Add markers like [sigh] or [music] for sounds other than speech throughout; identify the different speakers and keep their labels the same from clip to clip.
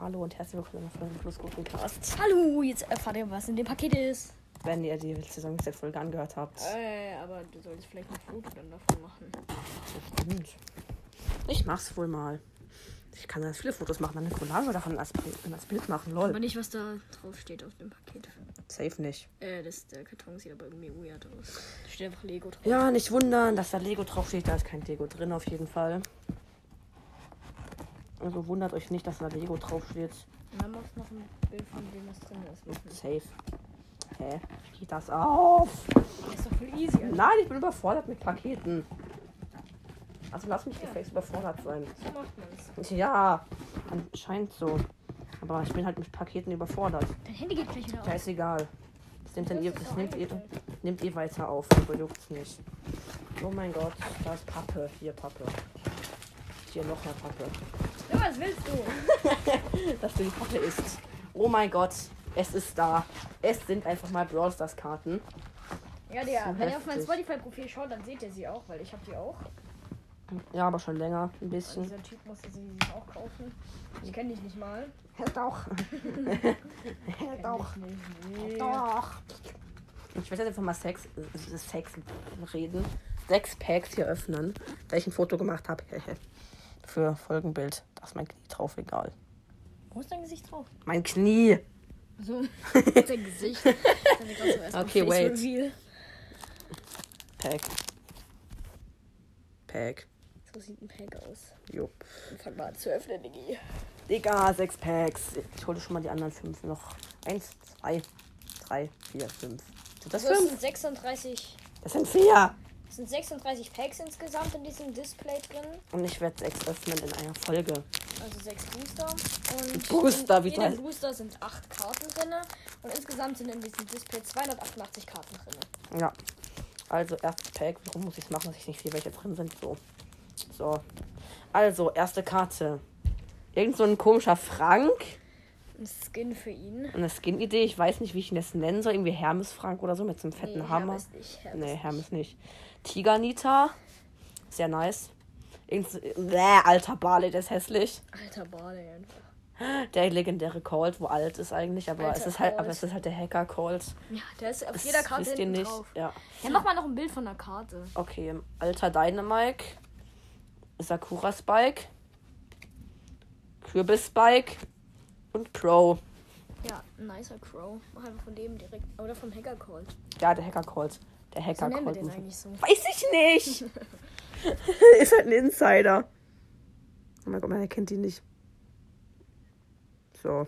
Speaker 1: Hallo und herzlich willkommen auf dem Flussgurkencast.
Speaker 2: Hallo, jetzt erfahrt ihr, was in dem Paket ist.
Speaker 1: Wenn ihr die Saison-Set-Folge angehört habt,
Speaker 2: Äh, aber du solltest vielleicht ein Foto dann davon machen.
Speaker 1: stimmt. Ich mach's wohl mal. Ich kann ganz viele Fotos machen, eine Collage davon als, Bi- als Bild machen,
Speaker 2: Aber
Speaker 1: lol.
Speaker 2: nicht, was da drauf steht auf dem Paket.
Speaker 1: Safe nicht.
Speaker 2: Äh, das, der Karton sieht aber irgendwie weird aus. Da steht einfach Lego drauf.
Speaker 1: Ja, nicht wundern, dass da Lego draufsteht. Da ist kein Lego drin, auf jeden Fall. Also wundert euch nicht, dass da Lego draufsteht.
Speaker 2: Und dann machst du noch ein Bild von dem, was drin ist. machen.
Speaker 1: Safe. Hä? Wie geht das auf?
Speaker 2: Ist doch voll easy. Also.
Speaker 1: Nein, ich bin überfordert mit Paketen. Also lass mich gefälligst überfordert sein.
Speaker 2: So macht man's.
Speaker 1: Ja, anscheinend so. Aber ich bin halt mit Paketen überfordert.
Speaker 2: Dein Handy geht gleich wieder
Speaker 1: Ja,
Speaker 2: auf.
Speaker 1: ist egal. Das nimmt, dann ihr,
Speaker 2: Das ist
Speaker 1: das
Speaker 2: doch
Speaker 1: nimmt, ihr,
Speaker 2: eingestellt.
Speaker 1: nimmt ihr weiter auf. Aber juckt's nicht. Oh mein Gott, da ist Pappe. Hier Pappe. Hier noch mehr Pappe. [laughs]
Speaker 2: Ja, was willst du?
Speaker 1: Dass du die Pappe isst. Oh mein Gott, es ist da. Es sind einfach mal Brawl Stars Karten.
Speaker 2: Ja, der,
Speaker 1: So
Speaker 2: wenn ihr auf mein
Speaker 1: heftig.
Speaker 2: Spotify-Profil schaut, dann seht ihr sie auch, weil ich hab die auch.
Speaker 1: Ja, aber schon länger. Ein
Speaker 2: Und
Speaker 1: bisschen.
Speaker 2: dieser Typ musste sie sich auch kaufen. Ich kenne dich nicht mal.
Speaker 1: Hält [laughs] auch. Hält auch.
Speaker 2: Kenn dich nicht.
Speaker 1: Doch. Ich werde jetzt einfach mal Sex, äh, Sex reden. Sechs Packs hier öffnen, da ich ein Foto gemacht habe. [laughs] Für Folgenbild. Da ist mein Knie drauf, egal.
Speaker 2: Wo ist dein Gesicht drauf?
Speaker 1: Mein Knie. [laughs]
Speaker 2: So, dein Gesicht.
Speaker 1: Okay, wait.
Speaker 2: Reveal.
Speaker 1: Pack. Pack.
Speaker 2: So sieht ein Pack aus.
Speaker 1: Jo.
Speaker 2: Und fang mal an zu öffnen, Digi.
Speaker 1: Digga, sechs Packs. Ich hole schon mal die anderen fünf noch. Eins, zwei, drei, vier, fünf. Sind das
Speaker 2: Also es
Speaker 1: fünf?
Speaker 2: sind 36,
Speaker 1: Das sind vier.
Speaker 2: es sind 36 Packs insgesamt in diesem Display drin.
Speaker 1: Und ich werde sechs öffnen in einer Folge.
Speaker 2: Also sechs Booster. Und
Speaker 1: Booster,
Speaker 2: in
Speaker 1: wie
Speaker 2: jedem
Speaker 1: drei-
Speaker 2: Booster sind acht Karten drin. Und insgesamt sind in diesem Display 288 Karten drin.
Speaker 1: Ja. Also, erstes Pack. Warum muss ich es machen, dass ich nicht sehe, welche drin sind? So. So. Also, erste Karte. Irgend so ein komischer Frank.
Speaker 2: Ein Skin für ihn.
Speaker 1: Eine Skin-Idee. Ich weiß nicht, wie ich ihn jetzt nennen soll. Irgendwie Hermes Frank oder so mit so einem fetten Hammer.
Speaker 2: Hermes nicht. Hermes
Speaker 1: nee,
Speaker 2: nicht.
Speaker 1: Hermes nicht. Tiger Nita. Sehr nice. Irgend so, bäh, alter Barley, der ist hässlich.
Speaker 2: Alter Bade einfach.
Speaker 1: Der legendäre Colt, wo alt ist eigentlich, aber
Speaker 2: Alter
Speaker 1: es ist halt,
Speaker 2: Colt.
Speaker 1: aber es ist halt der Hacker Colt.
Speaker 2: Ja, der ist auf
Speaker 1: Das
Speaker 2: jeder Karte
Speaker 1: wisst ihr
Speaker 2: hinten
Speaker 1: nicht.
Speaker 2: drauf.
Speaker 1: Ja.
Speaker 2: Ja, mach mal noch ein Bild von der Karte.
Speaker 1: Okay, alter Dynamike, Sakura Spike, Kürbis Spike und Crow.
Speaker 2: Ja, ein nicer Crow. Mach einfach von dem direkt. Oder vom Hacker Call.
Speaker 1: Ja, der Hacker Calls. Der
Speaker 2: So
Speaker 1: Hacker
Speaker 2: nennen wir
Speaker 1: Calls.
Speaker 2: den eigentlich so.
Speaker 1: Weiß ich nicht.
Speaker 2: [laughs]
Speaker 1: [laughs] Ist halt ein Insider. Oh mein Gott, man erkennt ihn nicht. So. [laughs]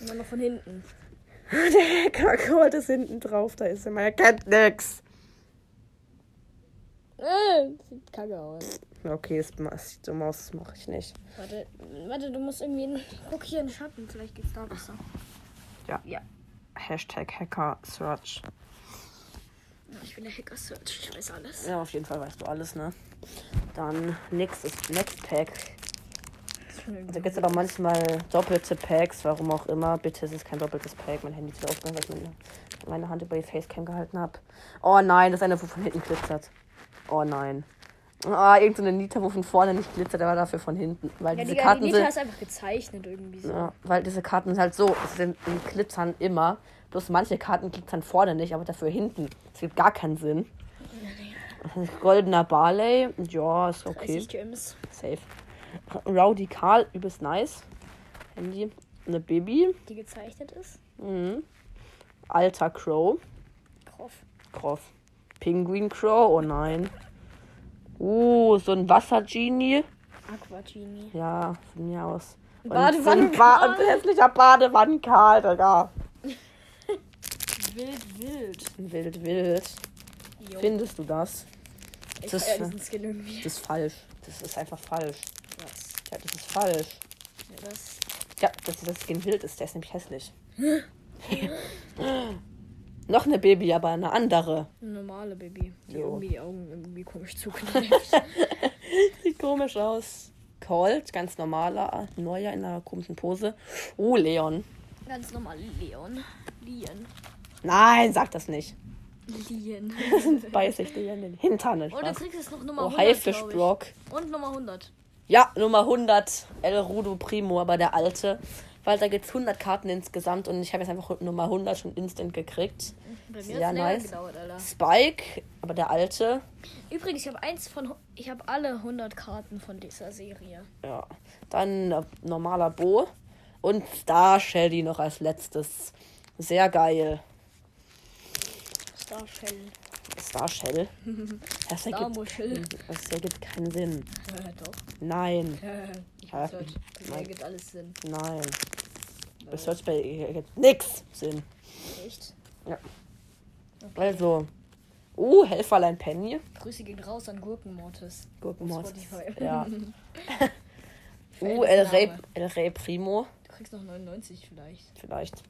Speaker 2: Und dann noch von hinten.
Speaker 1: Der Hacker Colt ist hinten drauf, da ist er. Man erkennt nix.
Speaker 2: Äh, sieht kacke aus.
Speaker 1: Okay, es ma- es sieht dumm aus, das mache ich nicht.
Speaker 2: Warte, warte, du musst irgendwie. In, guck hier in den Schatten, vielleicht geht's da besser.
Speaker 1: Ja.
Speaker 2: Ja.
Speaker 1: Hashtag Hacker Search.
Speaker 2: Ich bin der Hacker Search, ich weiß alles.
Speaker 1: Ja, auf jeden Fall weißt du alles, ne? Dann nächstes Next Pack. Da gibt es aber manchmal doppelte Packs, warum auch immer. Bitte, es ist kein doppeltes Pack. Mein Handy ist wieder aufgegangen, weil ich meine, meine Hand über die Facecam gehalten habe. Oh nein, das ist einer, wo von hinten glitzert. Oh nein. Ah, irgend so eine Nita, wo von vorne nicht glitzert, aber dafür von hinten. Weil
Speaker 2: Ja,
Speaker 1: diese
Speaker 2: Digga,
Speaker 1: Karten
Speaker 2: die
Speaker 1: sind.
Speaker 2: Nita ist einfach gezeichnet irgendwie so.
Speaker 1: Ja, weil diese Karten sind halt so, sie sind im Glitzern immer. Bloß manche Karten glitzern vorne nicht, aber dafür hinten. Es gibt gar keinen Sinn. Goldener Barley, ja, ist okay.
Speaker 2: 30 Gems.
Speaker 1: Safe. Rowdy Karl, übelst nice. Handy. Eine Baby.
Speaker 2: Die gezeichnet ist.
Speaker 1: Mhm. Alter Crow.
Speaker 2: Krauf.
Speaker 1: Kroff. Penguin Crow, oh nein. Uh, so ein Wassergenie.
Speaker 2: Aqua Genie.
Speaker 1: Ja, von mir aus. Und
Speaker 2: Badewannen-
Speaker 1: so ein ba ein hässlicher Badewannenkarl, Digga.
Speaker 2: Wild, wild.
Speaker 1: Wild, wild.
Speaker 2: Jo.
Speaker 1: Findest du das?
Speaker 2: ich
Speaker 1: das-
Speaker 2: feier diesen Skin irgendwie.
Speaker 1: Das ist falsch. Das ist einfach falsch.
Speaker 2: Was?
Speaker 1: Ja, das ist falsch.
Speaker 2: Ja, das.
Speaker 1: Ja, dass dieser Skin wild ist, der ist nämlich [laughs] hässlich. Noch eine Baby, aber eine andere.
Speaker 2: Eine normale Baby. Die
Speaker 1: Jo.
Speaker 2: irgendwie die Augen irgendwie
Speaker 1: [laughs]
Speaker 2: komisch zukneift.
Speaker 1: Sieht komisch aus. Colt, ganz normaler, neuer in einer komischen Pose. Oh, Leon.
Speaker 2: Ganz normal Leon. Leon.
Speaker 1: Nein, sag das nicht.
Speaker 2: Lien. [laughs]
Speaker 1: Beiß ich dir in den Hintern. nein,
Speaker 2: Und du
Speaker 1: Spaß.
Speaker 2: kriegst jetzt noch Nummer
Speaker 1: Oh,
Speaker 2: 100. glaub ich.
Speaker 1: Haifischblock.
Speaker 2: Und Nummer 100.
Speaker 1: Ja, Nummer 100. El Rudo Primo, aber der alte. Weil da gibt's 100 Karten insgesamt und ich habe jetzt einfach Nummer 100 schon instant gekriegt.
Speaker 2: Bei mir
Speaker 1: Sehr
Speaker 2: hat's länger
Speaker 1: nice.
Speaker 2: gedauert, Alter.
Speaker 1: Spike, aber der alte.
Speaker 2: Übrigens, ich habe eins von. hu- Ich habe alle 100 Karten von dieser Serie.
Speaker 1: Ja. Dann äh, normaler Bo. Und Star Shelly noch als letztes. Sehr geil.
Speaker 2: Star Shell.
Speaker 1: Star Shell. Das
Speaker 2: Star
Speaker 1: ergibt,
Speaker 2: Muschel.
Speaker 1: das ergibt keinen Sinn.
Speaker 2: Äh, doch.
Speaker 1: Nein.
Speaker 2: Äh, ich
Speaker 1: Ja.
Speaker 2: hab's gehört. Das
Speaker 1: Nein.
Speaker 2: ergibt alles Sinn.
Speaker 1: Nein. Research Bay ergibt nix Sinn.
Speaker 2: Echt?
Speaker 1: Also. Uh, Helferlein Penny.
Speaker 2: Grüße gehen raus an Gurkenmortis.
Speaker 1: Gurkenmord.
Speaker 2: Spotify.
Speaker 1: Ja.
Speaker 2: Fällt
Speaker 1: [laughs] Uh,
Speaker 2: mir
Speaker 1: El
Speaker 2: Name.
Speaker 1: Rey, El Rey Primo.
Speaker 2: Du kriegst noch 99 vielleicht.
Speaker 1: Vielleicht.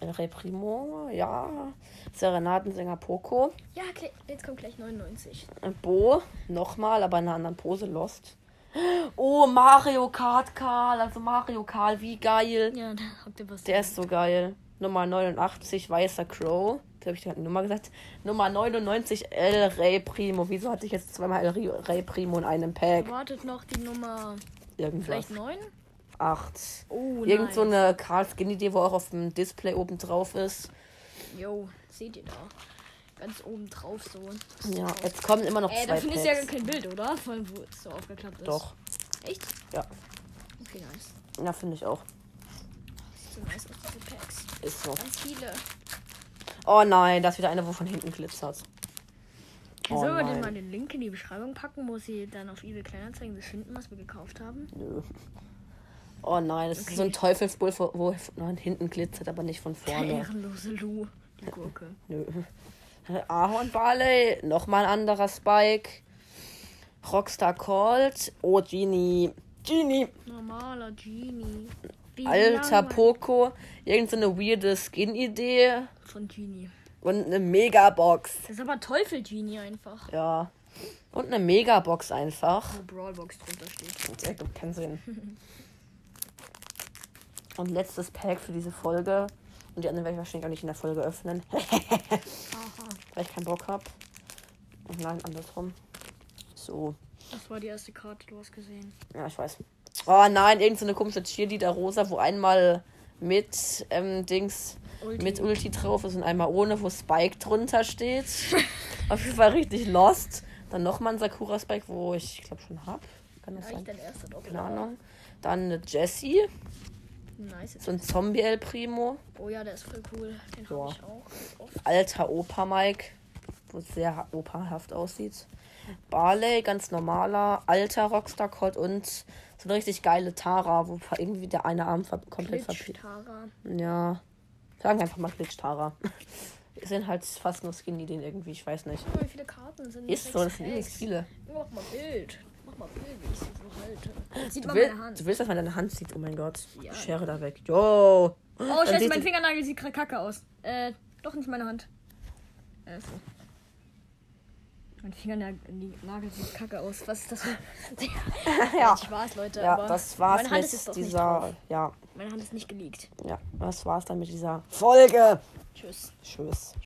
Speaker 1: El Rey Primo, ja. Serenadensänger Poco.
Speaker 2: Ja, okay, jetzt kommt gleich 99.
Speaker 1: Bo, nochmal, aber in einer anderen Pose, Lost. Oh, Mario Kart Karl, also Mario Karl, wie geil.
Speaker 2: Ja, da habt ihr was.
Speaker 1: Der ist so geil. Nummer 89, Weißer Crow. Jetzt habe ich die Nummer gesagt. Nummer 99, El Rey Primo. Wieso hatte ich jetzt zweimal El Rey- Rey Primo in einem Pack?
Speaker 2: Wartet noch die Nummer
Speaker 1: Irgendwas.
Speaker 2: vielleicht 9?
Speaker 1: 8.
Speaker 2: Oh,
Speaker 1: Irgend so
Speaker 2: nice.
Speaker 1: eine Karl Skin Idee, wo auch auf dem Display oben drauf ist.
Speaker 2: Jo, seht ihr da. Ganz oben drauf so.
Speaker 1: Ja, jetzt kommen immer noch
Speaker 2: Äh,
Speaker 1: zwei
Speaker 2: da findest du ja gar
Speaker 1: Packs.
Speaker 2: kein Bild, oder? Vor allem, wo es so aufgeklappt ist.
Speaker 1: Doch,
Speaker 2: Echt?
Speaker 1: ja.
Speaker 2: Okay, nice.
Speaker 1: Ja, finde ich auch.
Speaker 2: Sieht so nice aus, diese Packs.
Speaker 1: Ist so.
Speaker 2: Ganz viele.
Speaker 1: Oh nein, da ist wieder einer, wo von hinten glitzert. Oh
Speaker 2: Sollen wir denn
Speaker 1: nein.
Speaker 2: mal den Link in die Beschreibung packen, wo sie dann auf eBay Kleinanzeigen das finden, was wir gekauft haben?
Speaker 1: Nö. Oh nein, das ist so ein Teufelsbull, wo, wo von hinten glitzert, aber nicht von
Speaker 2: Der
Speaker 1: vorne.
Speaker 2: ehrenlose Lou, die Gurke.
Speaker 1: Nö. Ahorn Barley, nochmal ein anderer Spike. Rockstar Colt. Oh, Genie. Genie.
Speaker 2: Normaler Genie. Wie
Speaker 1: Alter
Speaker 2: langweilig.
Speaker 1: Poco. Irgend so eine weirde Skin-Idee.
Speaker 2: Von Genie.
Speaker 1: Und eine Megabox.
Speaker 2: Das ist aber Teufel Genie einfach.
Speaker 1: Ja. Und eine Megabox einfach.
Speaker 2: Wo Brawlbox drunter steht.
Speaker 1: Das ergibt keinen Sinn.
Speaker 2: [laughs]
Speaker 1: Und letztes Pack für diese Folge. Und die anderen werde ich wahrscheinlich auch nicht in der Folge öffnen, [laughs]
Speaker 2: Aha.
Speaker 1: weil ich keinen Bock habe. Und nein, andersrum. So.
Speaker 2: Das war die erste Karte, du hast gesehen.
Speaker 1: Ja, ich weiß. Oh nein, irgend so eine komische Cheerleader Rosa, wo einmal mit ähm, Dings,
Speaker 2: Ulti.
Speaker 1: mit Ulti drauf ist und einmal ohne, wo Spike drunter steht. Auf jeden Fall richtig lost. Dann nochmal ein Sakura Spike, wo ich glaube schon hab. Kann das
Speaker 2: Habe ich
Speaker 1: sein?
Speaker 2: dein erster Doppel.
Speaker 1: Keine Ahnung. Dann eine Jessie.
Speaker 2: Nice. jetzt-
Speaker 1: So ein Zombie-El Primo.
Speaker 2: Oh ja, der ist voll cool. Den
Speaker 1: Ja.
Speaker 2: habe ich auch. Oft.
Speaker 1: Alter Opa-Mike, wo es sehr ha- operhaft aussieht. Barley, ganz normaler. Alter Rockstar Colt und so eine richtig geile Tara, wo ver- irgendwie der eine Arm ver komplett
Speaker 2: Glitch,
Speaker 1: verpiept.
Speaker 2: Tara.
Speaker 1: Ja. Sagen wir einfach mal Glitch Tara. [laughs] Es sind halt fast nur Skin-Ideen irgendwie, ich weiß nicht.
Speaker 2: Guck mal, wie viele Karten sind.
Speaker 1: Ist so, das sind übelst
Speaker 2: Sechs.
Speaker 1: viele.
Speaker 2: Mach mal Bild. Mach mal Bild, wie ich sie so halte. Jetzt Sieht
Speaker 1: Du,
Speaker 2: man
Speaker 1: will,
Speaker 2: meine
Speaker 1: du
Speaker 2: Hand.
Speaker 1: willst, dass man deine Hand sieht, oh mein Gott.
Speaker 2: Ja.
Speaker 1: Schere da weg. Yo!
Speaker 2: Oh,
Speaker 1: Dann
Speaker 2: scheiße,
Speaker 1: sieht
Speaker 2: mein
Speaker 1: sie-
Speaker 2: Fingernagel sieht gerade kacke aus. Äh, doch nicht meine Hand. Äh, so. Mein Fingernagel sieht kacke aus. Was ist das für.
Speaker 1: [laughs] Ja.
Speaker 2: Spaß, Leute.
Speaker 1: Ja,
Speaker 2: aber
Speaker 1: das war's
Speaker 2: meine Hand
Speaker 1: mit
Speaker 2: ist jetzt doch nicht drauf.
Speaker 1: dieser. Ja,
Speaker 2: Meine Hand ist nicht geleakt.
Speaker 1: ja, das war's dann mit dieser Folge.
Speaker 2: Tschüss.
Speaker 1: Tschüss.